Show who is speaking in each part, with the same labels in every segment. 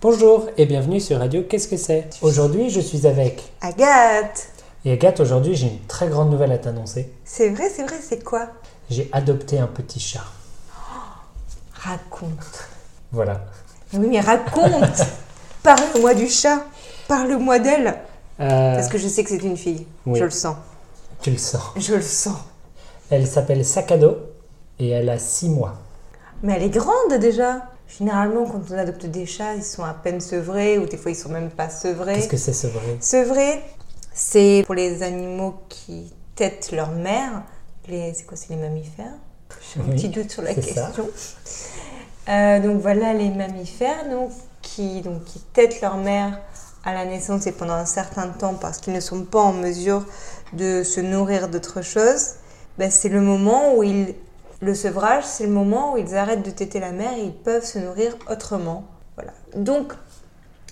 Speaker 1: Bonjour et bienvenue sur Radio Qu'est-ce que c'est Aujourd'hui, je suis avec.
Speaker 2: Agathe
Speaker 1: Et Agathe, aujourd'hui, j'ai une très grande nouvelle à t'annoncer.
Speaker 2: C'est vrai, c'est vrai, c'est quoi
Speaker 1: J'ai adopté un petit chat.
Speaker 2: Raconte.
Speaker 1: Voilà.
Speaker 2: Oui, mais raconte Parle-moi du chat. Parle-moi d'elle.
Speaker 1: Euh,
Speaker 2: Parce que je sais que c'est une fille.
Speaker 1: oui.
Speaker 2: Je le sens.
Speaker 1: Tu le sens.
Speaker 2: Je le sens.
Speaker 1: Elle s'appelle Sakado et elle a 6 mois.
Speaker 2: Mais elle est grande déjà. Généralement, quand on adopte des chats, ils sont à peine sevrés ou des fois ils sont même pas sevrés.
Speaker 1: Qu'est-ce que c'est ce vrai
Speaker 2: Sevrés, c'est pour les animaux qui têtent leur mère. Les... C'est quoi C'est les mammifères J'ai un
Speaker 1: Oui,
Speaker 2: petit doute sur la
Speaker 1: c'est ça.
Speaker 2: question. Euh, donc voilà les mammifères donc, qui, donc, qui têtent leur mère à la naissance et pendant un certain temps parce qu'ils ne sont pas en mesure de se nourrir d'autre chose. Ben, c'est le moment où ils... Le sevrage, c'est le moment où ils arrêtent de téter la mère et ils peuvent se nourrir autrement. Voilà. Donc,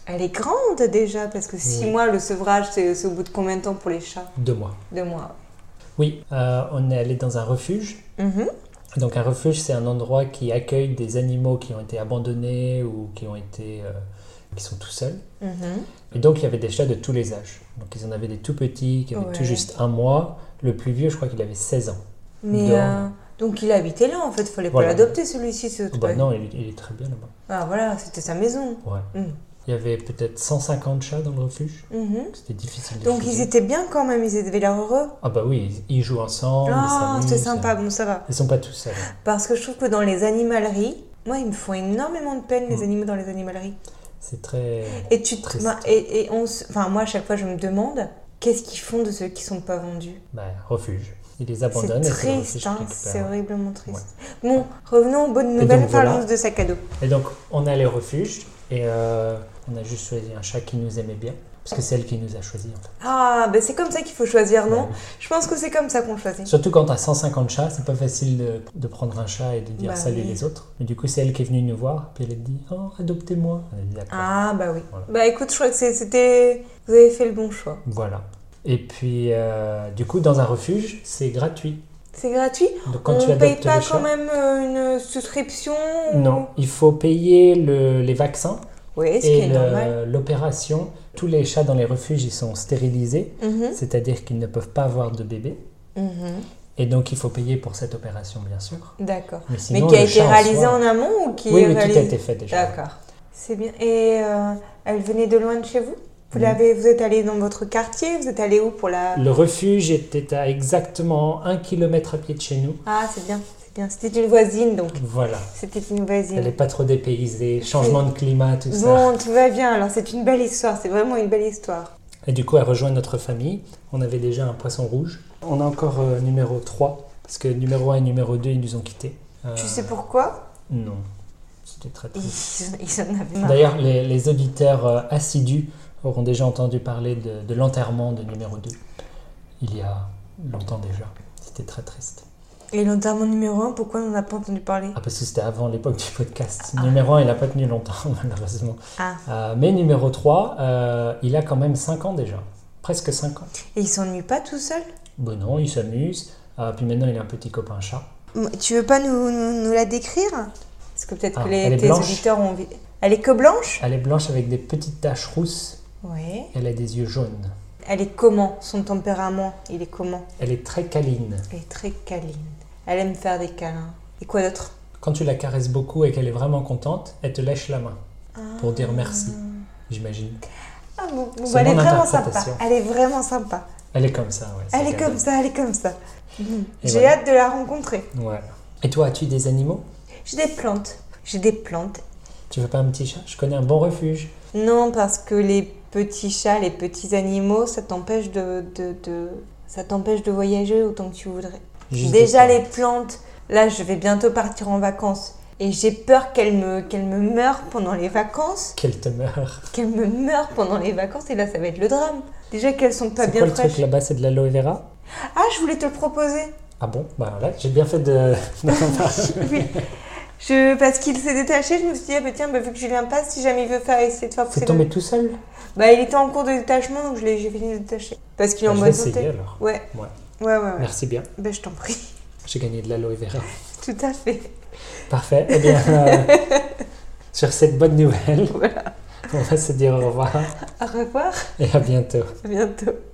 Speaker 2: elle est grande déjà, parce que 6
Speaker 1: Oui.
Speaker 2: mois, le sevrage, c'est c'est au bout de combien de temps pour les chats
Speaker 1: 2 mois.
Speaker 2: Deux mois.
Speaker 1: Oui, euh, on est allé dans un refuge
Speaker 2: ouais. Mhm.
Speaker 1: Donc un refuge, c'est un endroit qui accueille des animaux qui ont été abandonnés ou qui ont été euh, qui sont tout seuls.
Speaker 2: Mhm.
Speaker 1: Et donc il y avait des chats de tous les âges. Donc ils en avaient des tout petits qui avaient
Speaker 2: Ouais.
Speaker 1: tout juste un mois. Le plus vieux, je crois qu'il avait 16 ans.
Speaker 2: Mais
Speaker 1: Dehors.
Speaker 2: euh, donc il habitait là en fait, fallait
Speaker 1: Voilà.
Speaker 2: pas l'adopter celui-ci. ce
Speaker 1: Oh,
Speaker 2: truc.
Speaker 1: bah non, il, il est très bien là-bas.
Speaker 2: Ah voilà, c'était sa maison.
Speaker 1: Ouais.
Speaker 2: Mhm.
Speaker 1: Il y avait peut-être 150 chats dans le refuge.
Speaker 2: Mhm.
Speaker 1: C'était difficile de
Speaker 2: Donc
Speaker 1: choisir.
Speaker 2: ils étaient bien quand même, ils étaient l'air heureux.
Speaker 1: Ah bah oui, ils, ils jouent ensemble. ils
Speaker 2: Ah,
Speaker 1: s'amusent.
Speaker 2: c'était sympa, bon ça va.
Speaker 1: Ils sont pas tout seuls.
Speaker 2: Parce que je trouve que dans les animaleries, moi ils me font énormément de peine les
Speaker 1: Mhm.
Speaker 2: animaux dans les animaleries.
Speaker 1: C'est très...
Speaker 2: Et tu te...
Speaker 1: Triste.
Speaker 2: bah, et, et on se- Enfin moi à chaque fois je me demande, qu'est-ce qu'ils font de ceux qui sont pas vendus
Speaker 1: Bah, refuge. Ils les
Speaker 2: C'est
Speaker 1: abandonnent. et le refuge
Speaker 2: triste,
Speaker 1: qui
Speaker 2: hein,
Speaker 1: récupère.
Speaker 2: c'est horriblement triste. Bon, revenons aux bonnes
Speaker 1: donc,
Speaker 2: nouvelles,
Speaker 1: voilà.
Speaker 2: parlons de sac à dos.
Speaker 1: Et donc, on est allé au refuge et euh, on a juste choisi un chat qui nous aimait bien. Parce que c'est elle qui nous a choisi. En fait.
Speaker 2: Ah, ben c'est comme ça qu'il faut choisir, non
Speaker 1: Ouais.
Speaker 2: Je pense que c'est comme ça qu'on choisit.
Speaker 1: Surtout quand t'as 150 chats, c'est pas facile de, de prendre un chat et de dire
Speaker 2: Bah
Speaker 1: salut
Speaker 2: oui.
Speaker 1: les autres. Mais du coup, c'est elle qui est venue nous voir, puis elle a dit Oh, adoptez-moi. On a dit d'accord.
Speaker 2: Ah, bah oui.
Speaker 1: Voilà.
Speaker 2: Bah écoute, je crois que c'est- c'était. Vous avez fait le bon choix.
Speaker 1: Voilà. Et puis, euh, du coup, dans un refuge, c'est gratuit.
Speaker 2: C'est gratuit
Speaker 1: Donc, quand
Speaker 2: On
Speaker 1: tu
Speaker 2: ne paye
Speaker 1: adoptes
Speaker 2: pas
Speaker 1: le
Speaker 2: quand
Speaker 1: chat.
Speaker 2: même euh, une souscription ou-
Speaker 1: Non, il faut payer le- les vaccins
Speaker 2: Oui, ce qui
Speaker 1: et
Speaker 2: est normal.
Speaker 1: le- l'opération. Tous les chats dans les refuges, ils sont stérilisés,
Speaker 2: Mhm,
Speaker 1: c'est-à-dire qu'ils ne peuvent pas avoir de bébé.
Speaker 2: mhm.
Speaker 1: Et donc il faut payer pour cette opération, bien sûr.
Speaker 2: D'accord.
Speaker 1: Mais,
Speaker 2: Mais
Speaker 1: sinon,
Speaker 2: qui a
Speaker 1: le
Speaker 2: été
Speaker 1: chat en
Speaker 2: réalisée
Speaker 1: soi-
Speaker 2: en amont ou qui
Speaker 1: Oui,
Speaker 2: est
Speaker 1: oui, tout a
Speaker 2: réalisée
Speaker 1: été fait déjà.
Speaker 2: D'accord. C'est bien. Et euh, elle venait de loin de chez vous vous,
Speaker 1: Oui.
Speaker 2: l'avez, vous êtes allé dans votre quartier Vous êtes allé où pour la...
Speaker 1: Le refuge était à exactement un kilomètre à pied de chez nous.
Speaker 2: Ah, c'est bien, c'est bien. C'était une voisine, donc.
Speaker 1: Voilà.
Speaker 2: C'était une
Speaker 1: Elle n'est
Speaker 2: voisine.
Speaker 1: pas trop dépaysée, changement de climat, tout ça.
Speaker 2: Bon, tout va bien. Alors, c'est une belle histoire. C'est vraiment une belle histoire.
Speaker 1: Et du coup, elle rejoint notre famille. On avait déjà un poisson rouge. On a encore euh, numéro 3, parce que numéro 1 et numéro 2, ils nous ont quittés. Euh,
Speaker 2: Tu sais pourquoi
Speaker 1: Non. C'était très
Speaker 2: ils,
Speaker 1: triste.
Speaker 2: ils en avaient marre.
Speaker 1: D'ailleurs, les, les auditeurs euh, assidus auront déjà entendu parler de, de l'enterrement de numéro 2, il y a longtemps déjà. C'était très triste.
Speaker 2: Et l'enterrement numéro 1, pourquoi on n'en a pas entendu parler
Speaker 1: Ah, parce que c'était avant l'époque du podcast. Numéro 1, il n'a pas tenu longtemps, malheureusement.
Speaker 2: Ah,
Speaker 1: Euh, mais numéro 3, euh, il a quand même 5 ans déjà. Presque 5 ans.
Speaker 2: et il s'ennuie pas tout seul
Speaker 1: Bon, Ben non, il s'amuse. Euh, puis maintenant, il a un petit copain chat.
Speaker 2: Tu veux pas nous, nous- nous la décrire Parce que peut-être
Speaker 1: Ah,
Speaker 2: que les,
Speaker 1: elle est
Speaker 2: tes
Speaker 1: blanche.
Speaker 2: auditeurs ont envie. Elle est que blanche
Speaker 1: Elle est blanche avec des petites taches rousses.
Speaker 2: Oui.
Speaker 1: Elle a des yeux jaunes.
Speaker 2: Elle est comment Son tempérament, il est comment
Speaker 1: Elle est très câline.
Speaker 2: Elle est très câline. Elle aime faire des câlins. Et quoi d'autre
Speaker 1: Quand tu la caresses beaucoup et qu'elle est vraiment contente, elle te lèche la main pour dire merci, j'imagine.
Speaker 2: Ah, bon, bon,
Speaker 1: C'est
Speaker 2: bah, elle est
Speaker 1: mon
Speaker 2: vraiment sympa.
Speaker 1: interprétation.
Speaker 2: Elle est vraiment sympa.
Speaker 1: Elle est comme ça, ouais. c'est
Speaker 2: Elle est
Speaker 1: qu'elle
Speaker 2: comme ça, elle est comme ça. Mm.
Speaker 1: Et
Speaker 2: J'ai
Speaker 1: voilà.
Speaker 2: hâte de la rencontrer.
Speaker 1: Ouais. Et toi, as-tu des animaux
Speaker 2: J'ai des plantes. J'ai des plantes.
Speaker 1: Tu veux pas un petit chat Je connais un bon refuge.
Speaker 2: Non, parce que les petits chats, les petits animaux, ça t'empêche de, de, de- ça t'empêche de voyager autant que tu voudrais.
Speaker 1: Juste
Speaker 2: Déjà
Speaker 1: des
Speaker 2: les plantes. Là, je vais bientôt partir en vacances. Et j'ai peur qu'elles me, qu'elles me meurent pendant les vacances.
Speaker 1: Qu'elle te meurt.
Speaker 2: Qu'elles me meurent pendant les vacances. Et là, ça va être le drame. Déjà qu'elles sont pas
Speaker 1: C'est
Speaker 2: bien
Speaker 1: quoi le truc
Speaker 2: fraîches.
Speaker 1: là-bas C'est de l'aloe vera
Speaker 2: ah, je voulais te le proposer.
Speaker 1: Ah bon Bah là, j'ai bien fait de.
Speaker 2: Ah, Oui. Je, parce qu'il s'est détaché, je me suis dit, ah bah tiens, bah, vu que Julien passe, si jamais il veut faire, essayer de faire pousser
Speaker 1: C'est
Speaker 2: le-
Speaker 1: tombé tout seul
Speaker 2: Bah, il était en cours de détachement, donc je l'ai- j'ai fini de détacher. Parce qu'il est
Speaker 1: Bah,
Speaker 2: en
Speaker 1: Je vais
Speaker 2: bonne
Speaker 1: essayer
Speaker 2: santé.
Speaker 1: alors.
Speaker 2: Ouais.
Speaker 1: Ouais.
Speaker 2: Ouais, ouais, ouais.
Speaker 1: Merci bien.
Speaker 2: Bah, je t'en prie.
Speaker 1: J'ai gagné de l'aloe vera.
Speaker 2: Tout à fait.
Speaker 1: Parfait. Eh bien, euh, sur cette bonne nouvelle,
Speaker 2: Voilà.
Speaker 1: On va se dire au revoir
Speaker 2: Au revoir,
Speaker 1: et à bientôt.
Speaker 2: à bientôt.